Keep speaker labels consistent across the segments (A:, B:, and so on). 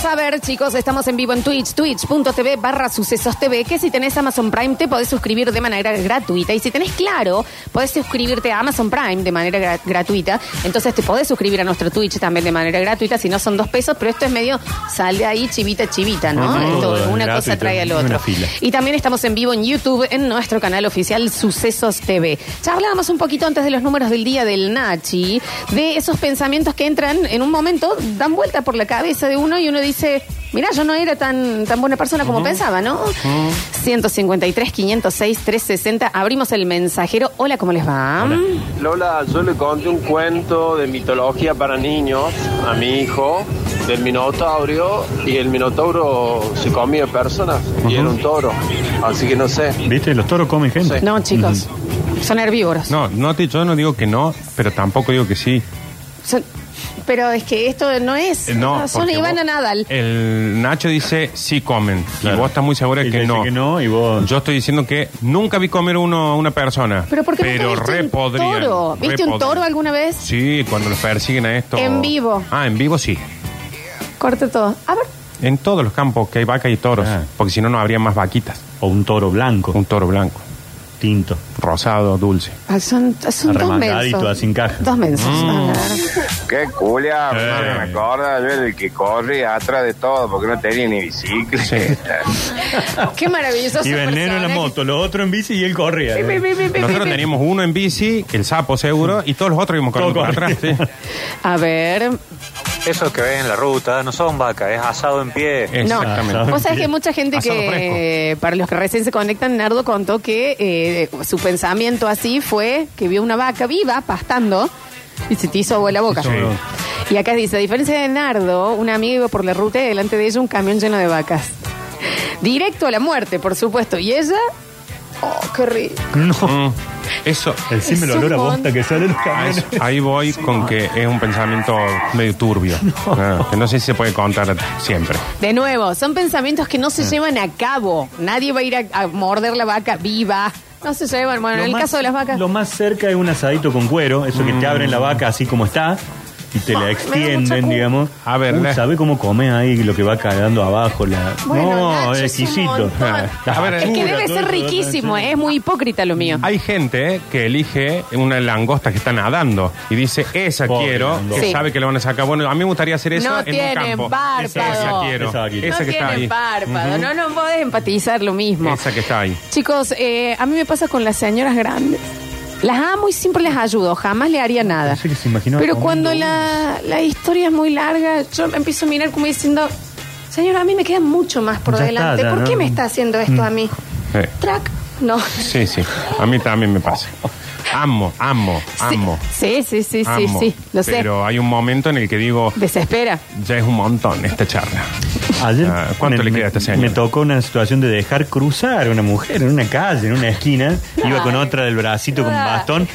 A: saber, chicos, estamos en vivo en Twitch, twitch.tv barra sucesos TV, que si tenés Amazon Prime te podés suscribir de manera gratuita. Y si tenés claro, podés suscribirte a Amazon Prime de manera gra- gratuita. Entonces te podés suscribir a nuestro Twitch también de manera gratuita, si no son dos pesos, pero esto es medio, sale ahí chivita, chivita, ¿no?
B: Ajá.
A: Esto,
B: Todo es
A: una cosa
B: gratuito,
A: trae al
B: una
A: otro.
B: fila.
A: Y también estamos en vivo en YouTube en nuestro canal oficial Sucesos TV. Charlábamos un poquito antes de los números del día del Nachi, de esos pensamientos que entran en un momento, dan vuelta por la cabeza de uno y uno dice, mirá, yo no era tan, tan buena persona como pensaba, ¿no? 153, 506, 360, abrimos el mensajero. Hola, ¿cómo les va?
C: Lola, yo le conté un cuento de mitología para niños a mi hijo del Minotauro y el Minotauro se comía personas y era un toro, así que no sé.
B: ¿Viste? Los toros comen gente.
C: Sí.
A: No, chicos, son herbívoros.
D: Mm. No, no te, yo no digo que no, pero tampoco digo que sí.
A: Son- pero es que esto no es,
D: Eh, No,
A: son
D: porque
A: Iván
D: vos-
A: Nadal.
D: El Nacho dice sí comen.
B: Claro.
D: Y vos estás muy segura
B: Y
D: que
B: te dice
D: no.
B: que no, y vos.
D: Yo estoy diciendo que nunca vi comer uno a una persona.
A: Pero porque
D: pero
A: nunca viste
D: re
A: un
D: podrían,
A: toro.
D: re
A: ¿Viste un
D: podrían.
A: toro alguna vez?
D: Sí, cuando los persiguen a esto.
A: En vivo.
D: Ah, en vivo sí.
A: Corte todo. A ver.
D: En todos los campos que hay vacas y toros.
B: Ah.
D: Porque si no, no habría más vaquitas.
B: O un toro blanco,
D: Un toro blanco,
B: tinto.
D: rosado, dulce.
A: Ah, Son, son dos
B: Arremangadito,
A: mensos.
B: así encaja.
A: Dos mensos. A ver.
E: Qué culia,
B: Eh.
E: me acuerdo, yo era el que corría atrás de todo porque no tenía ni bicicleta.
A: Qué maravilloso.
B: Iba el neno en la moto, los otros en bici y él corría.
D: Nosotros teníamos uno en bici, el sapo seguro, y todos los otros íbamos corriendo
B: Todos
D: para atrás.
B: corriendo.
D: sí.
A: A ver.
F: Eso que ves en la ruta no son vacas, es asado en pie.
A: No.
D: Exactamente.
A: Vos sabés que mucha gente
D: Asado
A: que, para los que recién se conectan, Nardo contó que eh, su pensamiento así fue que vio una vaca viva pastando y se te hizo agua en la boca.
B: Sí.
A: Y acá dice, a diferencia de Nardo, una amiga iba por la ruta y delante de ella un camión lleno de vacas. Directo a la muerte, por supuesto. Y ella, oh, qué rico.
B: No,
D: Mm, Eso.
B: el sí me
A: Es
B: lo olor a
A: un
B: bosta que sale los
D: a
B: camiones.
D: eso- Ahí voy con que es un pensamiento medio turbio. Ah, que No sé si se puede contar siempre.
A: De nuevo, son pensamientos que no se llevan a cabo. Nadie va a ir a, a morder la vaca viva. No se llevan. Bueno,
B: Lo
A: en el
B: más-
A: caso de las vacas.
B: Lo más cerca es un asadito con cuero, eso que te abren la vaca así como está y te la
A: mucha
B: extienden,
A: cu-
B: digamos.
D: A ver,
B: Uy,
D: la-
B: ¿sabe cómo come ahí lo que va cagando abajo? La...
A: Bueno,
B: no,
A: Nacho,
B: es
A: es un
B: exquisito.
A: montón.
D: A ver,
A: es que
B: Pura,
A: debe
B: todo
A: ser
B: eso,
A: riquísimo,
B: todo eso.
A: eh, es muy hipócrita lo mío.
D: Hay gente que elige una langosta que está nadando y dice, esa
B: Pobre
D: quiero,
B: langosta.
D: que
A: Sí.
D: sabe que la van a sacar. Bueno, a mí me gustaría hacer eso
A: No
D: en un
A: tienen
D: campo.
A: párpado.
D: Esa, esa quiero. Esa,
B: Esa vaquita.
A: no
D: que está
A: tiene
D: ahí.
A: párpado, no, no podés empatizar lo mismo.
D: Esa que está ahí.
A: Chicos, eh, a mí me pasa con las señoras grandes. Las amo y siempre les ayudo, jamás le haría nada.
B: Pensé que se imaginaba
A: Pero
B: comiendo
A: cuando la, la historia es muy larga, yo empiezo a mirar como diciendo, señora, a mí me queda mucho más por
B: Ya está,
A: delante.
B: ya,
A: ¿Por qué
B: ¿no? Mm.
A: me está haciendo esto a mí?
D: Eh,
A: Track, no.
D: Sí, sí. A mí también me pasa. Amo, amo, amo.
A: Sí, sí, sí, sí,
D: amo.
A: sí, lo sé.
D: Pero hay un momento en el que digo,
A: Desespera.
D: ya es un montón esta charla.
B: Ayer
D: Ah, ¿cuánto le queda a esta señora?
B: Me tocó una situación de dejar cruzar a una mujer en una calle, en una esquina. Iba con
A: Ay.
B: otra del bracito con
A: Ay.
B: bastón.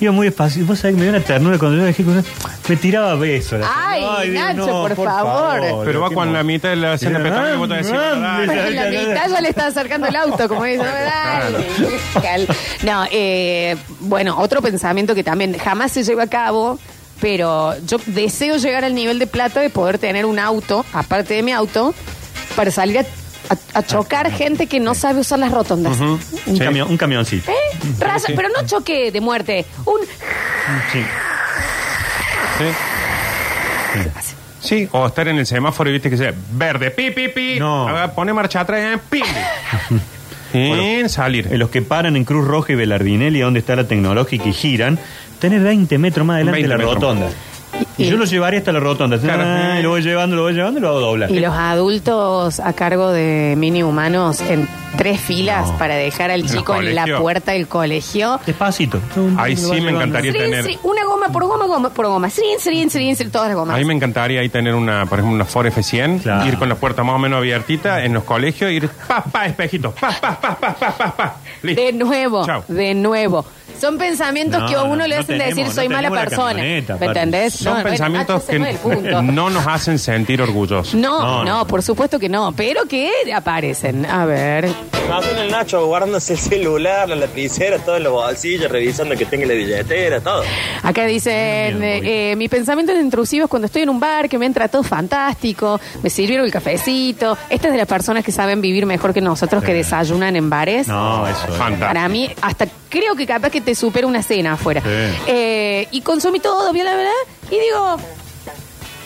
B: Iba muy despacio. Vos sabés que me dio una ternura cuando yo dejé cruzar. Me tiraba besos. la
A: Ay,
B: señora. digo,
A: Nacho, por favor.
D: Pero va
B: qué
D: con la
B: mo-
D: mitad de la cena
B: Mira,
D: petróleo y vos te
B: ah,
D: decís,
B: ah,
D: "Dale".
B: mira.
A: En la mitad ya le está acercando el auto, como dice, dale. Cal- No, eh, bueno, otro pensamiento que también jamás se lleva a cabo, pero yo deseo llegar al nivel de plata de poder tener un auto, aparte de mi auto, para salir a, a- a chocar gente que no sabe usar las rotondas.
D: Ujú.
B: Un,
D: Sí.
B: camión, un camioncito.
A: ¿Eh? Raza- pero no choque de muerte. Un
B: Sí.
D: Sí. Sí, o estar en el semáforo y viste que sea verde, pi, pi, pi.
B: No.
D: Ah, Pone marcha atrás, eh, pi. Sin
B: Eh,
D: salir.
B: Los que paran en Cruz Roja y Belardinelli, donde está la tecnológica y giran, tenés 20 metros más adelante
D: 20
B: la
D: metros.
B: rotonda. Y yo lo llevaría hasta la rotonda.
D: Claro.
B: Ah, lo voy llevando, lo voy llevando y lo hago doblar.
A: Y los adultos a cargo de mini humanos en tres filas
B: No.
A: para dejar al
D: Los
A: chico en la
D: colegios.
A: puerta del colegio.
B: Despacito.
D: Ahí sí me encantaría
A: Srin,
D: tener.
A: srin, una goma por goma, goma por goma. Srin, srin, srin, srin, todas las
D: A
A: gomas.
D: mí me encantaría ahí tener una, por ejemplo, una Ford F100,
B: Claro.
D: ir con la puerta más o menos abiertita en los colegios, ir pa, pa, espejito, pa, pa, pa, pa, pa, pa, pa. Listo.
A: De nuevo,
D: Chau.
A: de nuevo. Son pensamientos
B: No,
A: que a uno
B: no,
A: le
B: no
A: hacen
B: tenemos-
A: decir
B: no
A: soy mala
B: tenemos la
A: persona. ¿Me
B: camioneta, aparte.
A: entendés?
D: Son
A: No, bueno,
D: pensamientos
A: ah, ese no es el punto.
D: que no nos hacen sentir orgullosos.
A: No, no,
B: No,
A: por supuesto que no, pero que aparecen. A ver,
G: Hacen el Nacho guardándose el celular, la lapicera, todos los bolsillos, revisando que tenga la billetera, todo.
A: acá
B: Miedo,
A: dicen,
B: voy.
A: eh, eh, mi pensamiento es intrusivo es cuando estoy en un bar, que me entra todo fantástico, me sirvieron el cafecito. Estas de las personas que saben vivir mejor que nosotros, que
B: Sí.
A: desayunan en bares.
B: No, eso. es.
D: Fantástico.
A: Para mí, hasta creo que capaz que te supera una cena afuera.
B: Sí.
A: Eh, y consumí todo, bien la verdad, y digo,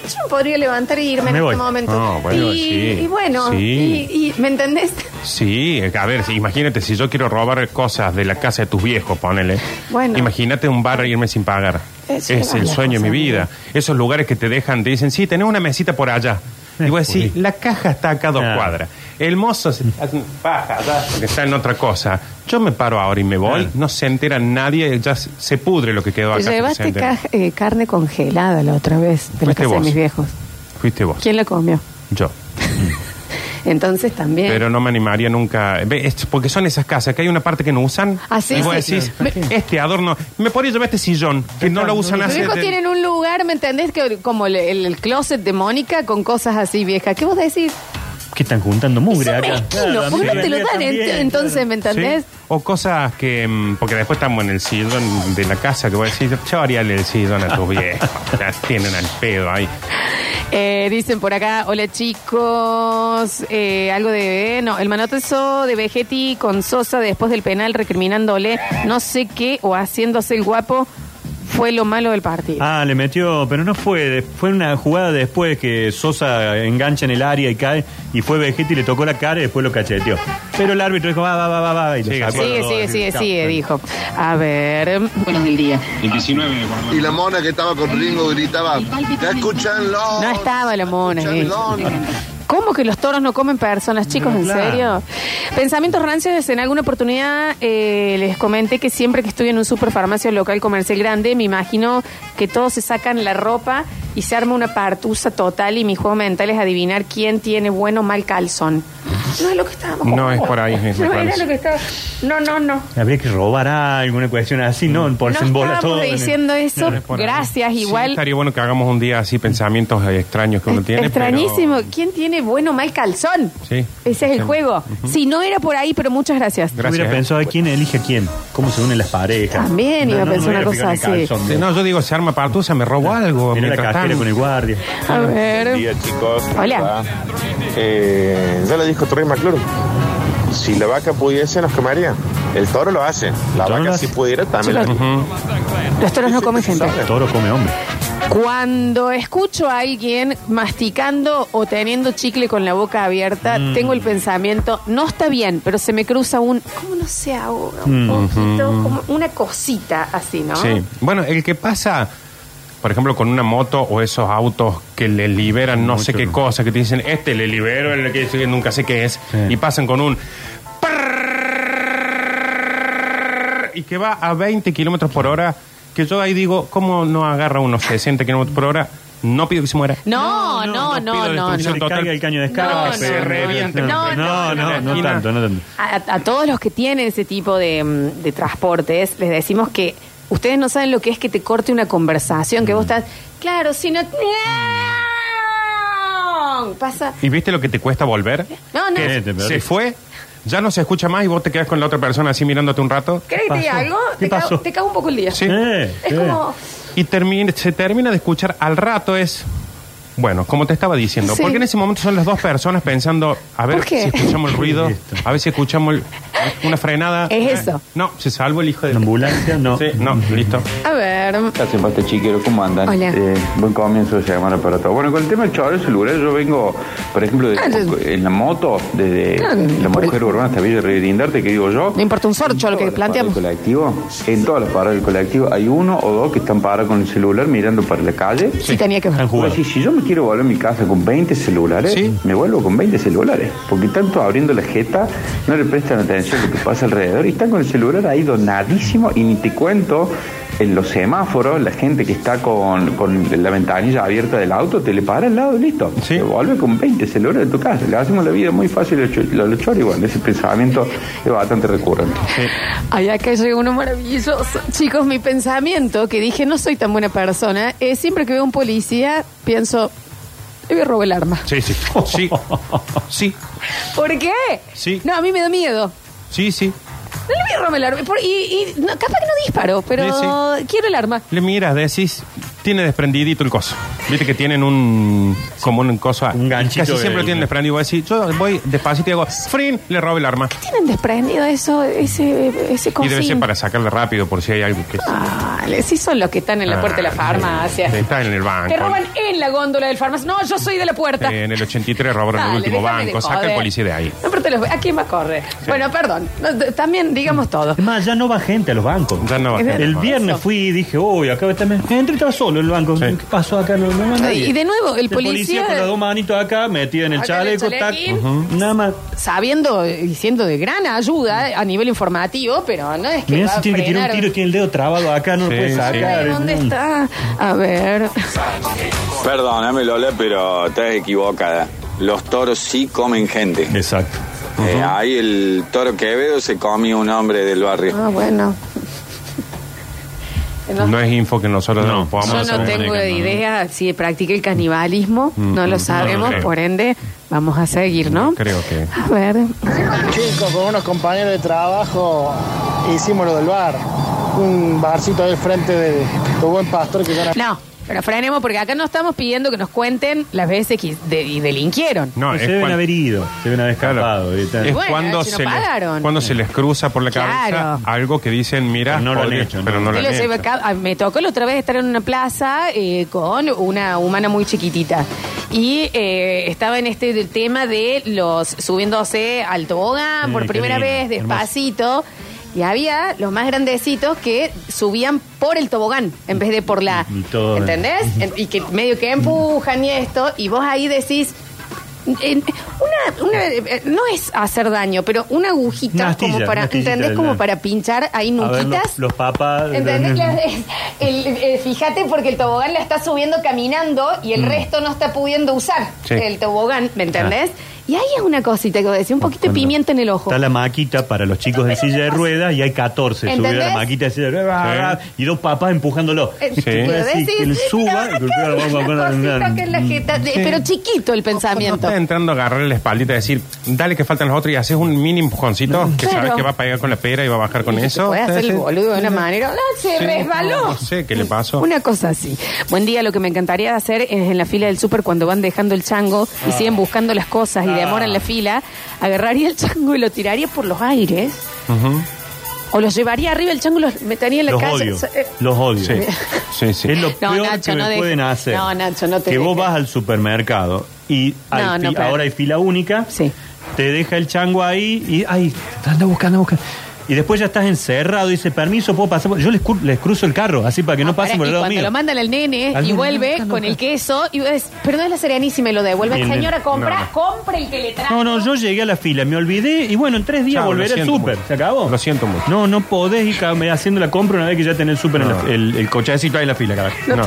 A: yo me podría levantar y irme
B: Me
A: en
B: voy.
A: este momento.
D: No, bueno,
A: y,
D: sí.
A: y bueno,
D: Sí.
A: y- y, ¿me entendés?
D: Sí, a ver, si- imagínate, si yo quiero robar cosas de la casa de tus viejos, ponele.
A: Bueno. Eh,
D: Imagínate un bar e irme sin pagar.
A: Eso
D: es
A: era
D: el
A: la
D: sueño de mi
A: cosa,
D: vida. Esos lugares que te dejan, te dicen, sí, tenés una mesita por allá. Y vos decís, la caja está acá a dos
B: Ah.
D: cuadras. El mozo se hace paja allá porque está en otra cosa. Yo me paro ahora y me voy,
B: Ah.
D: no se entera nadie, ya se- se pudre lo que quedó acá.
A: Te
D: pero se
A: llevaste
D: entera.
A: ca- eh, carne congelada la otra vez de
D: Fuiste
A: la casa de
D: vos.
A: mis viejos.
D: Fuiste vos,
A: ¿Quién la comió?
D: yo.
A: Entonces también.
D: Pero no me animaría nunca. Ve, es- porque son esas casas que hay una parte que no usan.
A: Ah, sí,
D: y vos
A: sí.
D: decís,
A: Claro, ¿para
D: este adorno. Me podría llevar este sillón, que no lo usan
A: Mis
D: hace.
A: viejos tienen un lugar, ¿me entendés? Que, como el, el- el closet de Mónica con cosas así viejas. ¿Qué vos decís?
B: Que están juntando mugre
A: Son
B: acá.
A: mezquinos, ¿por qué no te lo dan? Ent- Entonces, ¿me entendés?
D: Sí. O cosas que. mm, Porque después estamos en el sillón de la casa que vos decís, yo haría el sillón a tus viejos. Ya tienen al pedo ahí.
A: Eh, dicen por acá, hola chicos, eh, algo de... No, el manotazo de Vegetti con Sosa después del penal recriminándole no sé qué o haciéndose el guapo fue lo malo del partido.
B: Ah, le metió, pero no fue, fue una jugada después que Sosa engancha en el área y cae, y fue Vegetti y le tocó la cara y después lo cacheteó. Pero el árbitro dijo, va, va, va, va, va, y lo
D: Sigue,
B: sacó.
A: sigue, sigue, sigue,
B: Chao.
A: sigue, dijo. A ver,
H: Y la mona que estaba con Ringo gritaba, ya escuchan los.
A: no estaba la mona. eh. ¿Cómo que los toros no comen personas, chicos?
B: No,
A: ¿En
B: claro.
A: serio? Pensamientos rancios. En alguna oportunidad eh, les comenté que siempre que estoy en un superfarmacia o local comercial grande, me imagino que todos se sacan la ropa y se arma una partusa total y mi juego mental es adivinar quién tiene bueno o mal calzón. No es lo que estábamos
D: No es
A: jugando.
D: por ahí. me
A: No era
D: parece.
A: lo que estaba... No, no, no.
B: Habría que robar alguna cuestión así, no, por
A: No
B: se embola
A: estábamos
B: todo. en el-
A: diciendo eso.
D: No es por ahí.
A: Gracias,
D: Sí,
A: igual.
D: estaría bueno que hagamos un día así pensamientos eh, extraños que uno tiene. pero-
A: Extrañísimo. ¿Quién tiene bueno o mal calzón?
D: Sí.
A: Ese es el
D: Sí.
A: juego. Sí, no era por ahí, pero muchas gracias.
D: Gracias,
B: Hubiera
D: eh.
B: pensado quién elige a quién, cómo se unen las parejas.
A: También iba a pensar
B: hubiera
A: una
B: fijado
A: cosa
B: en el
A: así.
B: calzón,
D: Sí,
B: ¿no?
D: No, yo digo, se arma partusa, me robo algo.
B: Mirá la
D: mientras
B: cajera
D: tanto.
B: con el guardia.
A: A ver.
E: Buen día, chicos. ¿Cómo
A: Hola.
E: Este va? Eh, ya lo dijo Torrey McClure. Si la vaca pudiese, nos comería. El toro lo hace. La
B: toro lo
E: vaca,
B: hace.
E: si pudiera, también. la-
A: Chicos, Los toros no comen gente.
B: El toro come hombre.
A: Cuando escucho a alguien masticando o teniendo chicle con la boca abierta, tengo el pensamiento, no está bien, pero se me cruza un, ¿cómo no se ahoga? Un poquito, como una cosita así,
B: Ah.
A: ¿no?
D: Sí. Bueno, el que pasa, por ejemplo, con una moto o esos autos que le liberan no sé qué cosa, que te dicen, este le libero, el que que nunca sé qué es,
B: Sí.
D: y pasan con un... Y que va a 20 kilómetros por hora, que yo ahí digo, ¿cómo no agarra unos 60 kilómetros por hora? No pido que se muera.
A: No, no, no,
D: pido
A: no,
D: destrucción
A: no.
D: total.
B: Carga el caño de
A: No,
B: escape.
A: no,
B: se
A: no,
B: revienta.
A: no,
B: no,
A: no, no,
B: no, no
D: no.
B: tanto, no tanto.
A: A, a todos los que tienen ese tipo de, mm, de transportes, les decimos que ustedes no saben lo que es que te corte una conversación, que vos
B: Mm.
A: estás, claro, si no... Pasa...
D: ¿Y viste lo que te cuesta volver?
A: No, no.
D: Que
B: Te perdiste.
D: se fue, ya no se escucha más y vos te quedas con la otra persona así mirándote un rato.
A: ¿Querés que te diga
B: pasó?
A: algo?
B: ¿Qué
A: Te cago,
B: pasó?
A: te cago un poco el día.
D: Sí.
B: Eh,
A: Es
B: eh.
A: como...
D: y termina- se termina de escuchar al rato es bueno, como te estaba diciendo,
A: Sí.
D: porque en ese momento son las dos personas pensando, a ver
A: ¿Por qué?
D: si escuchamos el ruido, a ver si escuchamos el- una frenada.
A: Es eso.
D: No, se salvó el hijo de...
B: ¿En ambulancia? No.
D: Sí, no, listo.
A: A ver...
I: Gracias, Pate Chiquero, ¿cómo andan?
A: Hola.
I: Eh, buen comienzo de semana para todos. Bueno, con el tema del chaval del celular, yo vengo, por ejemplo, de-
A: Ah, sí.
I: en la moto, desde
A: Claro,
I: la
A: por
I: mujer urbana hasta Villa Rebrindarte, que digo yo.
A: No importa un sorcho lo que
I: En todas las
A: planteamos.
I: paradas del colectivo, en todas las paradas del colectivo hay uno o dos que están parados con el celular mirando para la calle.
A: Sí, tenía que ver.
B: Están jugando.
I: Pues, si yo me quiero volver a mi casa con 20 celulares,
D: Sí.
I: me vuelvo con 20 celulares. Porque tanto abriendo la jeta, no le prestan atención a lo que pasa alrededor y están con el celular ahí donadísimo y ni te cuento en los semáforos, la gente que está con, con la ventanilla abierta del auto, te le para al lado, listo. Te vuelve con 20 celulares de tu casa. Le hacemos la vida muy fácil a los cho- a los choros. y bueno, ese pensamiento es bastante recurrente.
B: Ah.
A: Ay, acá llegó uno maravilloso. Chicos, mi pensamiento, que dije no soy tan buena persona, es siempre que veo un policía, pienso, le voy a robar el arma.
D: Sí, sí. Sí. Sí.
A: ¿Por qué?
D: Sí.
A: No, a mí me da miedo.
D: Sí, sí.
A: No le voy a robar el arma. Por- y y no, capaz que no disparo, pero quiero el arma.
D: Le miras, decís, tiene desprendidito el coso. Viste que tienen un. como un coso. Un
B: ganchito
D: Casi siempre
B: del-
D: lo tienen desprendido. Vos decís, yo voy despacito y hago. ¡Frin! Le robo el arma.
A: ¿Tienen desprendido eso, ese, ese
D: Y debe ser
A: cosín?
D: para sacarle rápido por si hay algo que.
A: Vale, sí son los que están en la puerta de
D: Ah,
A: la farmacia.
D: Está en el banco.
A: Te roban en la góndola del farmacia. No, yo soy de la puerta.
D: Eh, en el 83 robaron
A: Dale,
D: el último
A: déjame de
D: banco. Saca
A: joder.
D: el policía de ahí.
A: No, pero te los ve- ¿A quién va a correr? Bueno, perdón. No, t- también digamos todo.
B: Es más, ya no va gente a los bancos.
D: Ya no va a
A: Es
D: ser.
B: El
A: Eso.
B: viernes fui y dije, uy, acá está. Entré estaba solo el banco.
D: Sí.
B: ¿Qué pasó acá? No, no había nadie.
A: Y de nuevo, el policía-
B: con las dos manitos acá, metida en el
A: Acá en el
B: chaleco, tac.
A: chalequín.
B: Ujú. Nada más.
A: Sabiendo y siendo de gran ayuda a nivel informativo, pero no es que.
B: Mira,
A: va
B: si
A: a
B: tiene que tirar un
A: frenar.
B: tiro, tiene el dedo trabado acá, no
D: Sí,
B: lo puede
D: sí.
B: sacar.
A: ¿Dónde
B: Mm.
A: está? A ver.
J: Perdóname, Lola, pero estás equivocada. Los toros sí comen gente.
B: Exacto.
J: Eh, ahí el toro Quevedo se comió un hombre del barrio.
A: Ah, bueno.
D: No es info que nosotros no, podamos
A: Yo
D: hacer.
A: no tengo idea si practica el canibalismo, no lo sabemos,
D: creo.
A: por ende, vamos a seguir, ¿no?
D: Creo que.
A: A ver.
K: Chicos, con unos compañeros de trabajo hicimos lo del bar. Un barcito ahí al frente de tu buen pastor que gana.
A: No, pero frenemos porque acá no estamos pidiendo que nos cuenten las veces que de- y delinquieron.
D: No, es
B: se deben
D: cuan-
B: haber ido, se deben haber escapado. y tal.
D: Es
A: Bueno,
D: cuando,
A: si no
D: se
A: pagaron.
D: les, cuando se les cruza por la cabeza
A: Claro.
D: algo que dicen, mira,
B: Pero no lo han
D: podría-
B: hecho, ¿no?
D: Pero no lo
A: Yo
D: han
A: lo llevo
D: hecho.
A: acá. Ah, me tocó la otra vez estar en una plaza eh, con una humana muy chiquitita. Y eh, estaba en este del tema de los subiéndose al tobogán
B: Mm,
A: por
B: qué
A: primera
B: lindo,
A: vez,
B: hermoso.
A: despacito. Y había los más grandecitos que subían por el tobogán en vez de por la.
B: Y todo.
A: ¿Entendés? En- Y que medio que empujan y esto. Y vos ahí decís. en- Una, una- eh, no es hacer daño, pero una agujita
B: Una astilla,
A: como para,
B: una astillita
A: ¿entendés?
B: de
A: Como
B: la-
A: para pinchar ahí
B: A ver,
A: nuquitas.
B: los, los papás.
A: ¿Entendés? Claro, es- el- eh, fíjate porque el tobogán la está subiendo caminando y el resto no está pudiendo usar
D: Mm. Sí. Ah.
A: el tobogán, ¿me entendés? Y ahí es una cosita que vos decís, un poquito de pimienta en el ojo.
B: Está la maquita para los chicos de silla de ruedas y hay 14 subido a
A: ¿Entendés?
B: la maquita de silla de ruedas y dos papás empujándolo.
A: Eh,
D: Sí.
A: que vos
B: Así, que él
A: decís,
B: suba
A: no,
B: y golpea
A: queda
B: la bomba con la-
A: una cosita que en la jeta, de-
D: Sí.
A: Pero chiquito el
D: No
A: pensamiento.
D: estás entrando a agarrarle la espaldita y decir, dale que faltan los otros y haces un mini empujoncito que
A: Claro.
D: sabes que va a pegar con la pera y va a bajar con
A: Y se te
D: eso.
A: puede hacer el
D: Sí.
A: boludo de una manera. No, se
D: Sí,
A: resbaló.
D: No, no sé qué le pasó.
A: Una cosa así. Buen día, lo que me encantaría hacer es en la fila del súper cuando van dejando el chango
B: Ah.
A: y siguen buscando las cosas y demoran la fila, agarraría el chango y lo tiraría por los aires.
D: Ujú.
A: O los llevaría arriba el chango y los metería en la
B: mm, Los
A: calle.
B: odio.
A: So- eh,
B: Los odio.
D: Sí, sí, sí.
B: Es lo
A: No,
B: peor
A: Nacho,
B: que
A: no
B: me
A: dejes-
B: pueden hacer.
A: No, Nacho, no te
B: Que vos
A: dejes.
B: vas al supermercado y hay
A: No, no,
B: fi-
A: pero-
B: ahora hay fila única.
A: Sí.
B: Te deja el chango ahí y. ¡Ay! Anda buscando, anda buscando. Y después ya estás encerrado y dice, permiso, puedo pasar. por-". Yo les, cru- les cruzo el carro, así para que no,
A: Ah,
B: pasen
A: pará,
B: por
A: y
B: el lado
A: cuando
B: mío.
A: lo mandan al nene
B: Al
A: y
B: nene,
A: vuelve
B: buscando,
A: con el queso y vos decís, pero no es la serenísima y lo devuelve.
B: Y el nene,
A: Señora, compra,
D: no.
A: compre el que le trae.
B: No, no, yo llegué a la fila, me olvidé y bueno, en tres días
D: Chao, lo
B: volveré al
D: siento
B: súper.
D: mucho.
B: ¿Se acabó?
D: Lo siento mucho.
B: No, no podés ir ca- haciendo la compra una vez que ya tenés el súper, en la- el, el cochecito ahí en la fila, carajo.
D: No,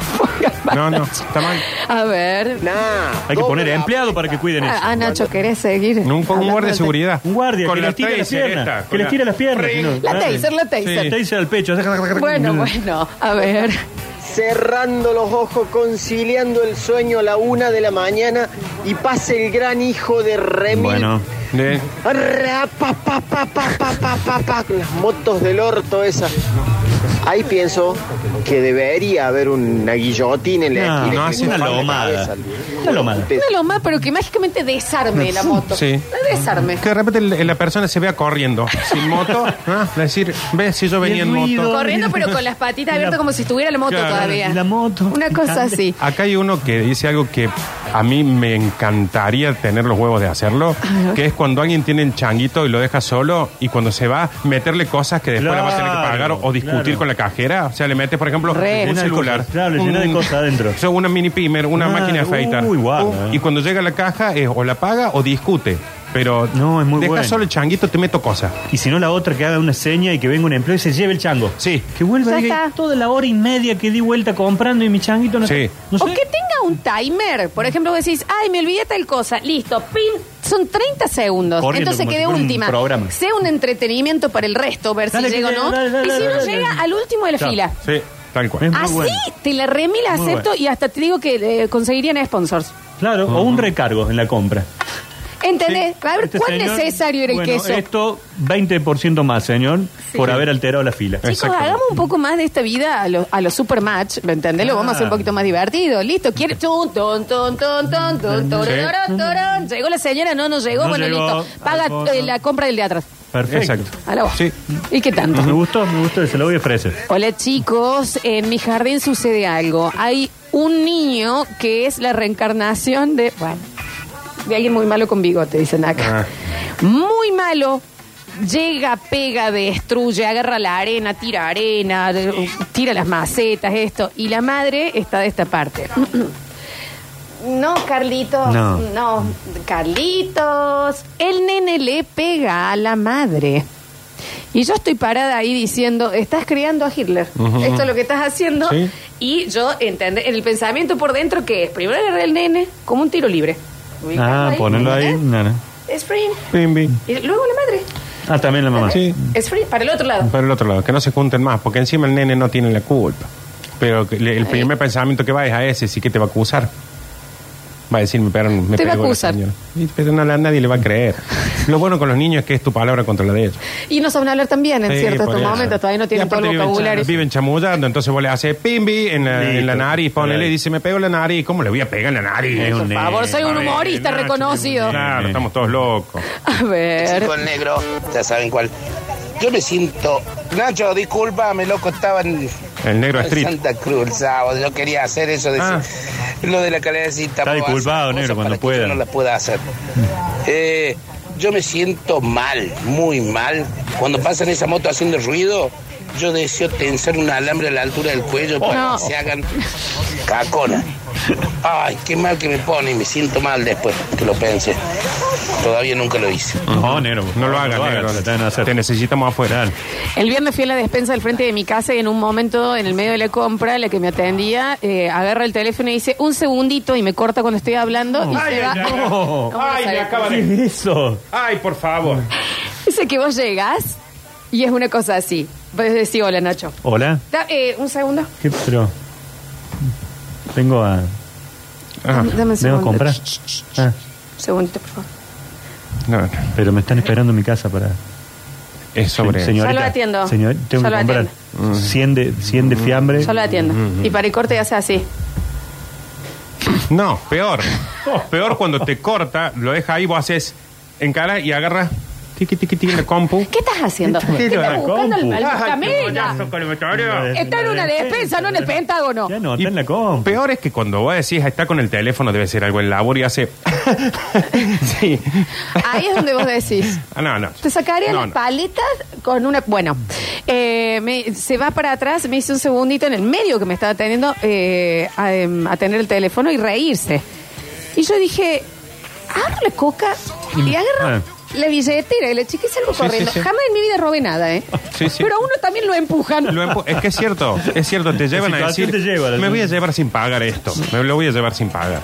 D: no, no, está mal.
A: A ver.
B: Hay que poner empleado para que cuiden eso.
A: Ah, ah, Nacho, ¿querés seguir?
D: Un, un
A: Hablando
D: guardia de seguridad.
B: Un guardia que les tira las
D: taser
B: piernas.
D: esta,
B: que
D: con
B: les tira las piernas.
D: Ring.
B: si no.
A: La taser, la taser.
B: Sí. Taser al pecho.
A: Bueno, bueno, a ver.
K: Cerrando los ojos, conciliando el sueño a la una de la mañana y pasa el gran hijo de Remy.
B: Bueno.
D: De-
K: Ra, pa, pa, pa, pa, pa, pa, pa, pa, con las motos del orto esas. Ahí pienso que debería haber una guillotina en la
B: No,
K: esquina
B: no,
K: que
B: hace
K: le
B: una
K: rompa la
B: lomada.
K: cabeza.
B: Una lomada.
K: Te-
A: Una loma, pero que mágicamente desarme la moto.
D: Sí.
A: La desarme.
D: que de repente el- la persona se vea corriendo sin moto. ¿no? Es decir, ves si yo venía en
B: ruido.
D: moto.
A: Corriendo, pero con las patitas abiertas como si estuviera la moto
D: Claro,
A: todavía.
B: y la moto.
A: Una cosa así.
D: Acá hay uno que dice algo que a mí me encantaría tener los huevos de hacerlo, que es cuando alguien tiene el changuito y lo deja solo y cuando se va, meterle cosas que después la va a tener que pagar
B: Claro,
D: o discutir
B: claro.
D: con la cajera. O sea, le metes, por ejemplo,
A: Re.
D: un
B: Llena de
D: celular.
B: cosas, claro, llena de
D: un-
B: cosas adentro.
D: o sea, una mini pimer, una
B: Ah,
D: máquina de afeitar.
B: uy, guarda,
D: Uh,
B: eh.
D: y cuando llega a la caja es o la paga o discute. Pero
B: no, es muy
D: deja
B: bueno.
D: solo el changuito, te meto cosas.
B: Y si no, la otra que haga una seña y que venga un empleo y se lleve el chango.
D: Sí.
B: Que vuelva
A: Ya
B: y diga,
A: está.
B: toda la hora y media que di vuelta comprando y mi changuito no
D: Sí.
B: no
A: O que tenga un timer. Por ejemplo, vos decís, ay, me olvidé tal cosa. Listo, pim. Son 30 segundos.
B: Corriendo
A: Entonces
B: como
A: quede
B: si fuera un
A: última.
B: programa.
A: Sea un entretenimiento para el resto, ver
B: Dale,
A: si
B: que
A: llega o
B: llegue,
A: no.
B: dale, dale,
A: y si
B: dale,
A: no
B: dale,
A: llega,
B: dale.
A: al último de la
B: Claro.
A: fila. ¿Ah,
D: Sí, tal cual.
B: Es muy
A: Así
B: bueno.
A: te la remil
B: Muy
A: acepto
B: bueno.
A: y hasta te digo que eh, conseguirían sponsors.
B: Claro, o un recargo en la compra.
A: ¿Entendés?
B: Sí.
A: A ver,
B: Este
A: ¿cuán
B: señor-
A: necesario era el
B: bueno,
A: queso?
B: Esto, 20% más, señor,
A: Sí.
B: por haber alterado la fila.
A: Chicos, hagamos un poco más de esta vida a los a los supermatch, ¿me entendés? Lo vamos a hacer un
B: Claro.
A: poquito más divertido. Listo, quiere. Tun, tun, tun, tun, tun, tun, torón,
D: Sí.
A: torón, torón. Llegó la señora, no, no llegó,
B: No
A: bueno,
B: llegó.
A: listo. Paga
B: Alfonso.
A: eh, la compra del de atrás.
B: Perfecto.
D: Exacto.
A: A la voz.
D: Sí.
A: ¿Y qué tanto?
B: Me gustó, me gustó, se lo voy a ofrecer.
A: Hola chicos, en mi jardín sucede algo. Hay un niño que es la reencarnación de. Bueno, de alguien muy malo con bigote, dicen acá. Muy malo. Llega, pega, destruye, agarra la arena, tira arena, de- tira las macetas, esto. Y la madre está de esta parte. No, Carlitos.
B: No.
A: no, Carlitos. El nene le pega a la madre. Y yo estoy parada ahí diciendo, estás creando a Hitler.
D: Ujú.
A: Esto es lo que estás haciendo.
D: Sí.
A: Y yo entendé, el pensamiento por dentro que es, primero agarré el nene como un tiro libre. Ubicarlo
B: Ah, ponerlo ahí.
A: ¿entendés?
B: no, no.
A: Es free.
D: Bim, bim.
A: Y luego la madre.
B: Ah, también la mamá.
D: Sí.
A: Es free para el otro lado.
D: Para el otro lado, que no se junten más, porque encima el nene no tiene la culpa. Pero que le- el primer pensamiento que va es a ese, sí que te va a acusar. Va a decir, me pegaron, me
A: Te va a
D: pegó la
A: acusar.
D: señora. Y- Pero no, la- nadie le va a creer. Lo bueno con los niños es que es tu palabra contra la de ellos.
A: Y no saben hablar también en
D: Sí,
A: ciertos
D: por eso.
A: momentos, todavía no
D: Y
A: tienen todo
D: aparte
A: el
D: viven
A: vocabulario.
D: cham- Viven chamullando, entonces vos le haces pimbi en la,
B: Listo.
D: en la nariz, ponele,
B: Ahí.
D: y dice, me pego en la nariz. ¿Cómo le voy a pegar en la nariz?
B: Es un
A: Por favor,
B: nene,
A: soy un
B: a ver,
A: humorista
B: Nacho,
A: reconocido.
D: Claro, estamos todos locos.
A: A ver.
L: Chico negro, ya saben cuál. Yo me siento. Nacho, discúlpame, loco, estaba en,
D: El negro
L: en
D: street.
L: Santa Cruz el sábado. Yo quería hacer eso de
D: Ah.
L: lo de la calecita.
B: Está
L: puedo hacer
B: disculpado,
L: cosas
B: negro, cuando
L: para que
B: pueda.
L: yo No la pueda hacer. Eh, yo me siento mal, muy mal. Cuando pasan esa moto haciendo ruido, yo deseo tensar un alambre a la altura del cuello para
A: no.
L: que se hagan cacona. Ay, qué mal que me pone, me siento mal después que lo pensé. Todavía nunca lo hice.
B: No, negro. por
D: No lo
B: favor,
D: hagas, negro.
B: lo deben hacer.
D: Te necesitamos afuera.
B: Claro.
A: El viernes fui a la despensa del frente de mi casa y en un momento, en el medio de la compra, la que me atendía eh, agarra el teléfono y dice un segundito y me corta cuando estoy hablando y se va.
B: no.
A: Vamos a
D: Ay, me
A: salir.
D: acaba de...
B: Oh. ¿Qué es eso?
D: Ay, por favor.
A: Dice que vos llegás y es una cosa así. Puedes decir hola, Nacho.
B: Hola.
A: Da- eh, un segundo.
B: ¿Qué pero? Tengo a.
D: Ah,
A: Dame un
B: Debo
A: segundo.
B: comprar.
A: Shh, shh, shh.
B: Ah,
A: Un segundito, por favor.
D: no, no.
B: pero me están esperando en mi casa para.
D: Es sobre...
B: Señorita,
A: Ya lo atiendo.
B: Señor, tengo
A: Ya
B: que
A: lo
B: comprar 100 de, 100
D: Mm.
B: de fiambre.
A: Yo lo atiendo. Y para el corte ya sea así.
D: No, peor. Peor cuando te corta, lo deja ahí, vos haces encara y agarras tiqui tiqui tiqui en la compu.
A: ¿Qué estás haciendo? ¿Qué
B: lo
A: estás
B: de la
A: buscando el
B: compu?
A: mal
D: Ay, qué
A: camino?
D: bollazo con el motorio.
A: Está en una despensa, no en el Pentágono.
B: Ya no,
D: Y
B: está en la compu.
D: Peor es que cuando vos decís, "Ah, está con el teléfono, debe ser algo en labor y hace... sí.
A: Ahí es donde vos decís.
D: Ah, no, no.
A: Te sacaría
D: No,
A: las
D: no.
A: paletas con una. Bueno, eh, me- se va para atrás, me hizo un segundito en el medio que me estaba teniendo eh, a, em, a tener el teléfono y reírse. Y yo dije, abro la coca y agarro
B: Ah.
A: la billetera y la chiquilla salgo corriendo.
D: Mm. sí, sí.
A: Jamás en mi vida robé nada, ¿eh?
D: Sí, sí.
A: Pero a uno también lo empujan.
D: Lo empu- es que es cierto, es cierto, te llevan a
B: situación
D: decir,
B: te lleva, la
D: me voy a
B: situación".
D: llevar sin pagar esto, me lo voy a llevar sin pagar.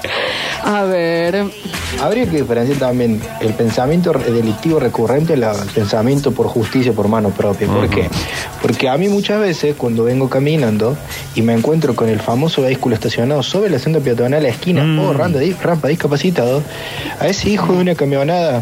A: A ver.
M: Habría que diferenciar también el pensamiento re- delictivo recurrente del pensamiento por justicia por mano propia. ¿Por qué? Porque a mí muchas veces cuando vengo caminando y me encuentro con el famoso vehículo estacionado sobre la senda peatonal a la esquina o rampa, de- rampa discapacitado, a ese hijo de una camionada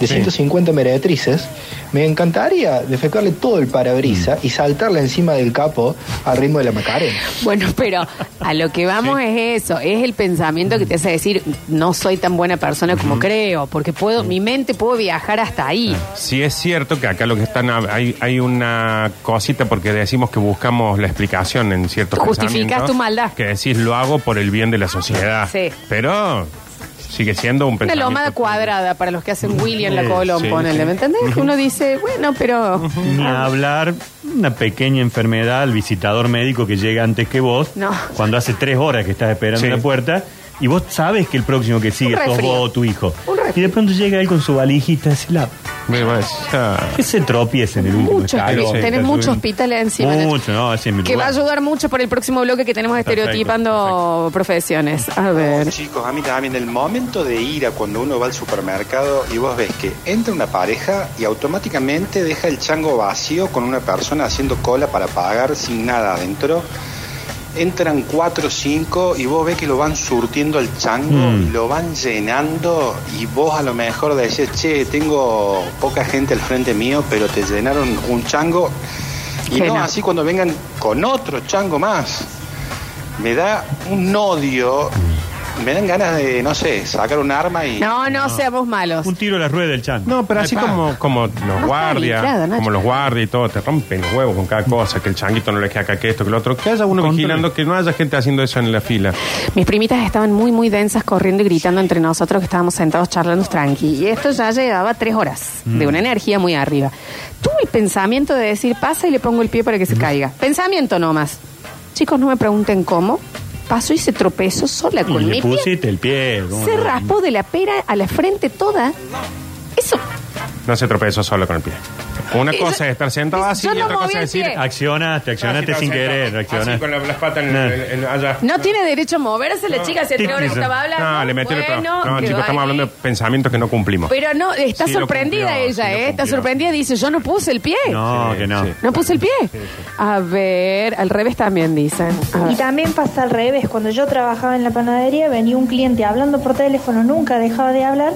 M: de 150 meretrices, me encantaría defecarle todo el parabrisa y saltarle encima del capo al ritmo de la macarena.
A: Bueno, pero a lo que vamos es eso, es el pensamiento que te hace decir, no soy tan buena persona como creo, porque puedo, mi mente puedo viajar hasta ahí.
D: Sí es cierto que acá lo que están hay, hay una cosita porque decimos que buscamos la explicación en ciertos
A: Justificás
D: pensamientos,
A: tu maldad.
D: Que decís lo hago por el bien de la sociedad.
A: Sí.
D: Pero sigue siendo un
A: Una
D: pensamiento.
A: lomada cuadrada para los que hacen William la
B: Sí,
A: Colón,
D: sí,
A: ponele.
D: sí.
A: ¿Me entendés? Que Uno dice, bueno, pero.
B: Ni
D: Ah.
B: a hablar una pequeña enfermedad al visitador médico que llega antes que vos,
A: No.
B: cuando hace tres horas que estás esperando
D: Sí.
B: en la puerta Y vos sabes que el próximo que sigue
A: Un
B: sos
A: resfrío.
B: vos o tu hijo. Y de pronto llega él con su valijita así la. Que se tropiece en el último
A: Muchos,
B: escalón.
A: tenés
B: Sí,
A: muchos
B: sí.
A: hospitales encima.
B: Mucho, no, ese es mi
A: Que va a
B: lugar.
A: ayudar mucho por el próximo bloque que tenemos de
N: Perfecto,
A: estereotipando profesiones. A ver.
N: Chicos, a mí también el momento de ira cuando uno va al supermercado y vos ves que entra una pareja y automáticamente deja el chango vacío con una persona haciendo cola para pagar sin nada adentro. Entran cuatro o cinco y vos ves que lo van surtiendo al chango,
B: Mm.
N: y lo van llenando y vos a lo mejor decís, che, tengo poca gente al frente mío, pero te llenaron un chango y no
A: Llena.
N: así cuando vengan con otro chango más. Me da un odio. Me dan ganas de, no sé, sacar un arma y.
A: No, no seamos malos.
B: Un tiro a la rueda del chango.
D: No, pero así como, como los guardias,
A: librada, Nacho.
D: como los guardias y todo, te rompen los huevos con cada cosa, que el changuito no le quede acá, que esto, que lo otro, que haya uno vigilando, que no haya gente haciendo eso en la fila.
A: Mis primitas estaban muy, muy densas corriendo y gritando entre nosotros que estábamos sentados charlando tranqui. Y esto ya llevaba tres horas
O: Mm.
A: de una energía muy arriba. Tuve el pensamiento de decir, pasa y le pongo el pie para que se caiga. Pensamiento nomás. Chicos, no me pregunten cómo. Paso y se tropezó sola
B: Y
A: con mi
B: le
A: pie.
B: pusiste el pie. ¿cómo
A: Se
B: no?
A: raspó de la pera a la frente toda. Eso.
D: No se tropezó solo con el pie. Una
A: Y
D: cosa es estar sentado así
A: Eh, yo
D: y
A: no
D: otra
A: moví
D: cosa
A: el
D: es decir.
A: pie.
B: Accionaste, accionaste
D: Así,
B: sin
D: así,
B: querer,
D: Así
B: accionaste.
D: Ah, con la- las patas en,
B: No.
D: en- en- allá.
A: No tiene derecho a moverse la chica hace tres horas que estaba hablando.
D: No, le metió el
A: Bueno,
D: pro- No,
A: quedó
D: chicos, estamos
A: ahí.
D: hablando de pensamientos que no cumplimos.
A: Pero no, está
D: Sí lo
A: sorprendida
D: cumplió,
A: ella,
D: sí lo
A: ¿eh? Está
D: cumplió.
A: sorprendida, dice, yo no puse el pie.
B: No, que no.
A: No puse el pie. A ver, al revés también dicen. A
P: Ah.
A: ver.
Q: Y también pasa al revés. Cuando yo trabajaba en la panadería, venía un cliente hablando por teléfono, nunca dejaba de hablar,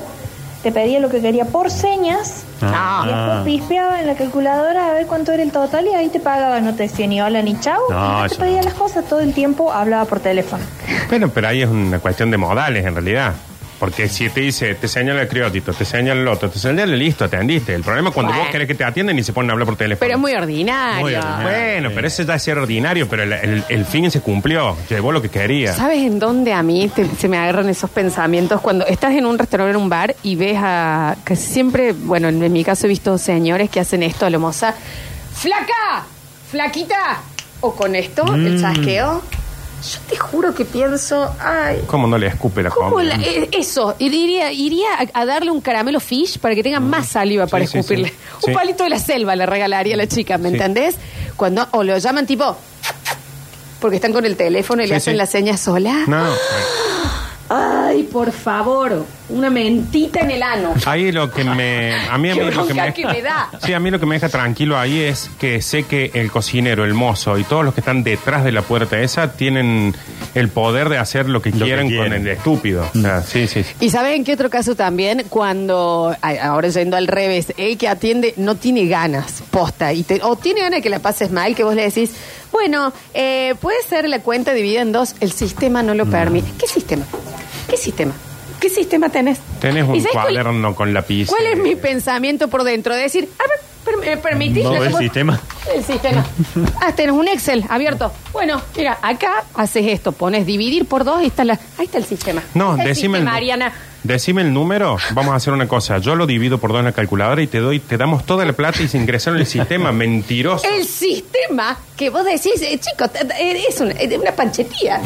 Q: te pedía lo que quería por señas.
B: Ah.
Q: Y después pispeaba en la calculadora a ver cuánto era el total y ahí te pagaba, no te decía ni hola ni chau.
D: No,
Q: y te
D: eso
Q: pedía las cosas todo el tiempo, hablaba por teléfono.
D: Bueno, pero ahí es una cuestión de modales en realidad. Porque si te dice, te señala el criótito, te señala el otro, te señala listo, te andiste. El problema es cuando
A: Bueno.
D: vos querés que te atienden y se ponen a hablar por teléfono.
A: Pero es muy ordinario.
D: Bueno, pero ese ya es ser ordinario, pero el, el- el fin se cumplió. Llevó lo que quería.
A: ¿Sabes en dónde a mí te- se me agarran esos pensamientos? Cuando estás en un restaurante, en un bar y ves a. que siempre, bueno, en, en mi caso he visto señores que hacen esto a lo moza. ¡Flaca! ¡Flaquita! O con esto, el
D: Mm.
A: chasqueo. Yo te juro que pienso, ay.
D: ¿Cómo no le escupe la
A: ¿Cómo
D: comida?
A: la- eh, eso, iría, iría a, a darle un caramelo fish para que tenga más saliva para
D: Mm. sí,
A: escupirle.
D: sí.
A: Un
D: Sí.
A: palito de la selva le regalaría a la chica, ¿me
D: Sí.
A: entendés? Cuando, o lo llaman tipo, porque están con el teléfono y le
D: Sí,
A: hacen
D: sí.
A: la seña sola.
D: No, no.
A: Ay, por favor, una mentita en el ano.
D: Ahí lo que me. A mí, a
A: Qué
D: mí lo que
A: bronca
D: me.
A: que me da.
D: Sí, a mí lo que me deja tranquilo ahí es que sé que el cocinero, el mozo y todos los que están detrás de la puerta esa tienen el poder de hacer lo que, quieren, Mm. con
B: quieren.
D: el estúpido. O sea, sí, sí. sí.
A: ¿Y saben qué otro caso también? Cuando, ay, ahora yendo al revés, el que atiende no tiene ganas, posta, y te- o tiene ganas de que la pases mal, que vos le decís, bueno, eh, puede ser la cuenta dividida en dos, el sistema no lo permite. ¿Qué sistema? ¿Qué sistema? ¿Qué sistema tenés?
D: Tenés
A: ¿Y
D: un
A: sabés cuál-
D: cuaderno con lápiz.
A: ¿Cuál es mi pensamiento por dentro? De decir, a ver, per- eh, permitís
D: No,
A: la-
D: el
A: como-
D: sistema.
A: El sistema. Ah, tenés un Excel abierto. Bueno, mira, acá haces esto, pones dividir por dos y está la, ahí está el sistema.
D: No,
A: Está el
D: decime el-
A: sistema, Ariana.
D: Decime el número, vamos a hacer una cosa. Yo lo divido por dos en la calculadora y te doy, te damos toda la plata y se ingresaron en el sistema. Mentiroso.
A: El sistema que vos decís, eh, chicos, t- t- es una, es una panchetía.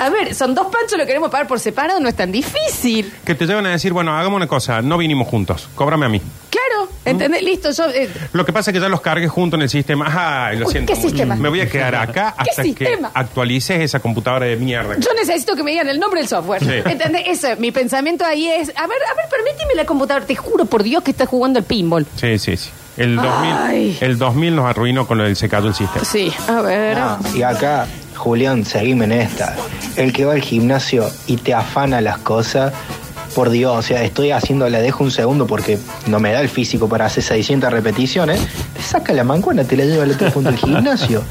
A: A ver, son dos panchos, lo queremos pagar por separado, no es tan difícil.
D: Que te llevan a decir, bueno, hagamos una cosa, no vinimos juntos, cóbrame a mí.
A: Claro, ¿entendés? Listo, yo... eh,
D: Lo que pasa es que ya los cargues junto en el sistema. Ajá, lo
A: Uy,
D: siento.
A: ¿qué
D: mucho.
A: sistema?
D: Me voy a quedar acá
A: ¿Qué
D: hasta que
A: sistema?
D: actualices esa computadora de mierda.
A: Yo necesito que me digan el nombre del software.
D: Sí.
A: ¿Entendés? Eso, mi pensamiento ahí es, a ver, a ver, permíteme la computadora, te juro por Dios que estás jugando al pinball.
D: Sí, sí, sí. El 2000,
A: Ay.
D: el 2000 nos arruinó con lo del secado del sistema.
A: Sí, a ver.
P: Ah.
M: Ah, Y acá, Julián, seguime en esta. El que va al gimnasio y te afana las cosas, por Dios, o sea, estoy haciendo, la dejo un segundo porque no me da el físico para hacer 600 repeticiones, te saca la mancuana, te la lleva al otro punto del gimnasio.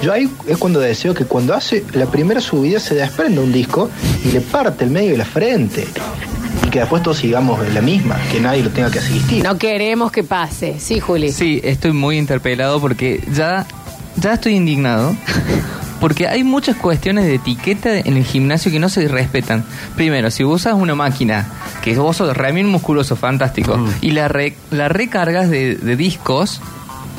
M: Yo ahí es cuando deseo que cuando hace la primera subida se desprenda un disco y le parte el medio de la frente. Y que después todos sigamos en la misma, que nadie lo tenga que asistir.
A: No queremos que pase, sí, Juli.
P: Sí, estoy muy interpelado porque ya, ya estoy indignado. Porque hay muchas cuestiones de etiqueta en el gimnasio que no se respetan. Primero, si usas una máquina que
M: Mm.
P: vos sos remín musculoso, fantástico, y la, re- la recargas de, de discos,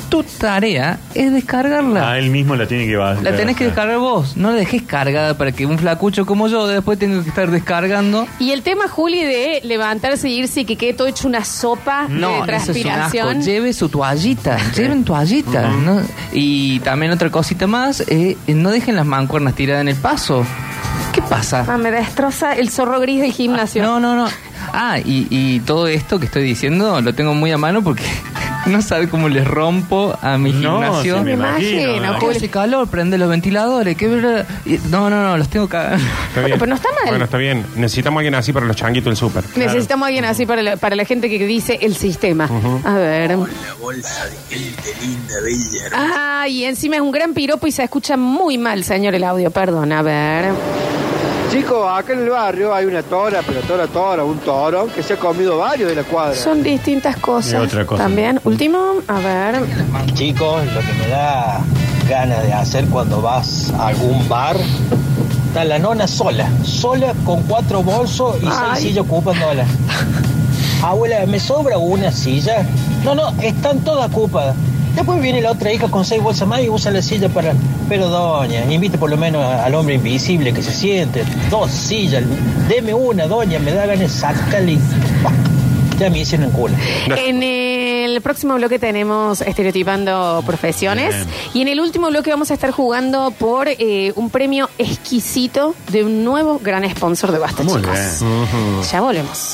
P: tu tarea es descargarla.
B: Ah, él mismo la tiene que bajar.
P: La tenés que descargar vos, no la dejes cargada para que un flacucho como yo después tenga que estar descargando.
A: Y el tema, Juli, de levantarse y irse y que quede todo hecho una sopa
B: Mm.
A: de
P: No, eso es un asco.
A: transpiración.
P: Lleve su toallita, lleven toallita.
B: Mm.
A: Ujú.
P: ¿no? Y también otra cosita más, eh, no dejen las mancuernas tiradas en el paso. ¿Qué pasa?
A: Ah, me destroza el zorro gris del gimnasio.
P: No, no, no. Ah, y, y todo esto que estoy diciendo lo tengo muy a mano porque no sabe cómo les rompo a mi
B: No,
P: gimnasio.
B: sí,
A: Ah,
B: me imagino, me imagino.
P: ¿Qué hace calor? Prende los ventiladores. ¿qué bla- y- No, no, no, los tengo que...
D: Está bien.
A: Pero no está mal.
D: Bueno, está bien. Necesitamos a alguien así para los changuitos del súper.
A: Necesitamos a alguien así para la, para la gente que dice el sistema.
D: Ujú.
A: A ver.
L: bolsa de gente linda, bella.
A: Ah, y encima es un gran piropo y se escucha muy mal, señor, el audio. Perdón, a ver.
K: Chicos, acá en el barrio hay una tora, pero tora, tora, un toro, que se ha comido varios de la cuadra.
A: Son distintas cosas.
K: Y otra cosa.
A: También, último, a ver.
G: Chicos, lo que me da ganas de hacer cuando vas a algún bar, está la nona sola, sola con cuatro bolsos y
A: Ay.
G: seis sillas ocupándola. Abuela, ¿me sobra una silla? No, no, están todas ocupadas. Después viene la otra hija con seis bolsas más y usa la silla para... Pero doña, invite por lo menos a- al hombre invisible que se siente. Dos sillas, deme una, doña, me da ganas, de sacarle y- Ya me hicieron culo.
A: En el próximo bloque tenemos estereotipando profesiones.
G: Bien.
A: Y en el último bloque vamos a estar jugando por eh, un premio exquisito de un nuevo gran sponsor de Basta,
B: Muy
A: chicos.
B: bien. Ujú.
A: Ya volvemos.